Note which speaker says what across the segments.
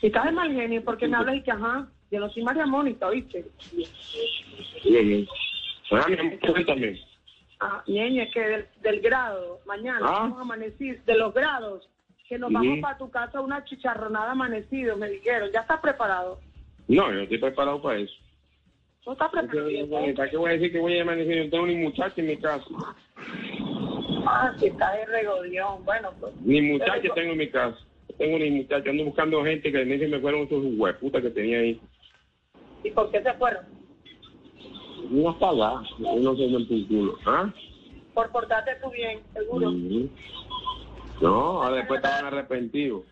Speaker 1: Si estás de mal genio, ¿por qué me hablas y que ajá? Yo no soy María Mónica, ¿viste?
Speaker 2: Bien. Ah, mi amor, cuéntame.
Speaker 1: Ah, ñeñe, es que del, del grado, mañana
Speaker 2: Ah.
Speaker 1: vamos a amanecer, de los grados, que nos vamos para tu casa a una chicharronada amanecido, me dijeron. ¿Ya estás preparado?
Speaker 2: No, yo no estoy preparado para eso.
Speaker 1: ¿No estás preparado?
Speaker 2: ¿Para qué voy a decir que voy a amanecer? Yo no tengo ni muchacha en mi casa.
Speaker 1: Ah, si estás de regodión, bueno, pues.
Speaker 2: Ni muchacha tengo en mi casa. No tengo ni muchacha. Ando buscando gente que me se me fueron esos hueputas que tenía ahí.
Speaker 1: ¿Y por qué se fueron?
Speaker 2: No está allá. No sé en tu culo. ¿Ah?
Speaker 1: Por portarte tú bien, seguro.
Speaker 2: Ujú. No, ahora después estaban arrepentidos.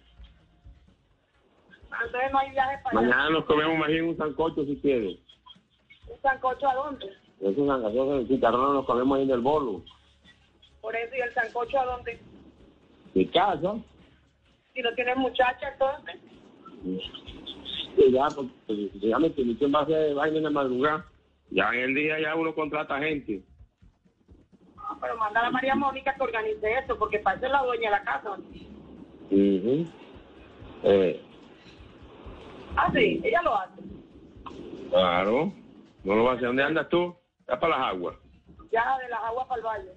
Speaker 1: Entonces no hay viaje para allá.
Speaker 2: Mañana nos comemos más bien un sancocho si quieres.
Speaker 1: ¿Un sancocho a dónde?
Speaker 2: Esos sancochos de chicharrón nos comemos ahí en el bolo.
Speaker 1: Por eso, ¿y el sancocho a dónde?
Speaker 2: Mi casa.
Speaker 1: Si no tienes muchacha, entonces.
Speaker 2: Sí, ya, porque pues, ya me permitió en base de vaina en la madrugada. Ya en el día ya uno contrata gente.
Speaker 1: Ah, Pero mandar a María Mónica que organice eso, porque para eso es la dueña de la casa. ¿no?
Speaker 2: Ujú. eh,
Speaker 1: Ah, sí, ella lo hace.
Speaker 2: claro. No lo va a hacer. ¿Dónde andas tú? Está para las aguas.
Speaker 1: Ya de las aguas para el valle.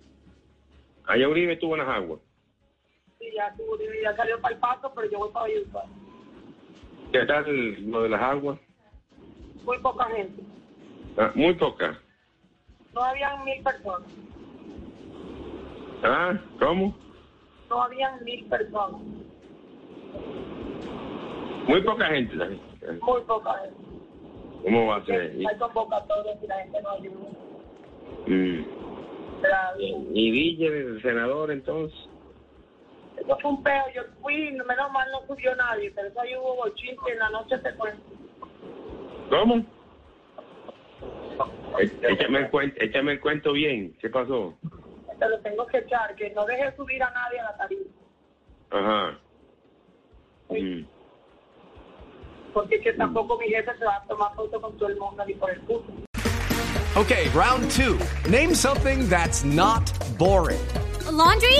Speaker 2: Allá Uribe estuvo en las aguas.
Speaker 1: Sí, ya, tú- ya salió para el paso, pero yo voy para Valledupar.
Speaker 2: ¿Qué tal lo de las aguas?
Speaker 1: Muy poca gente.
Speaker 2: Ah, muy poca.
Speaker 1: No habían mil personas.
Speaker 2: ¿Ah? ¿Cómo?
Speaker 1: No habían mil personas.
Speaker 2: Muy poca gente. la gente.
Speaker 1: Muy poca gente.
Speaker 2: ¿Cómo va a ser?
Speaker 1: Hay convocatorias y la gente no ayuda.
Speaker 2: Mm.
Speaker 1: Pero, eh,
Speaker 2: ¿Y Villa, el senador, entonces?
Speaker 1: Eso fue un peo. Yo fui, menos mal no subió nadie, pero eso ahí hubo bochinche en la noche se fue.
Speaker 2: ¿Cómo? Échame el, cuento, échame el cuento bien. ¿Qué pasó?
Speaker 1: Te lo tengo que echar, que no deje subir a nadie a la tarima.
Speaker 2: Ajá. Uh-huh. Mm.
Speaker 1: porque es que tampoco mi jefe se va a tomar foto con todo el mundo ni por el puto.
Speaker 3: Okay, round two. Name something that's not boring.
Speaker 4: A laundry?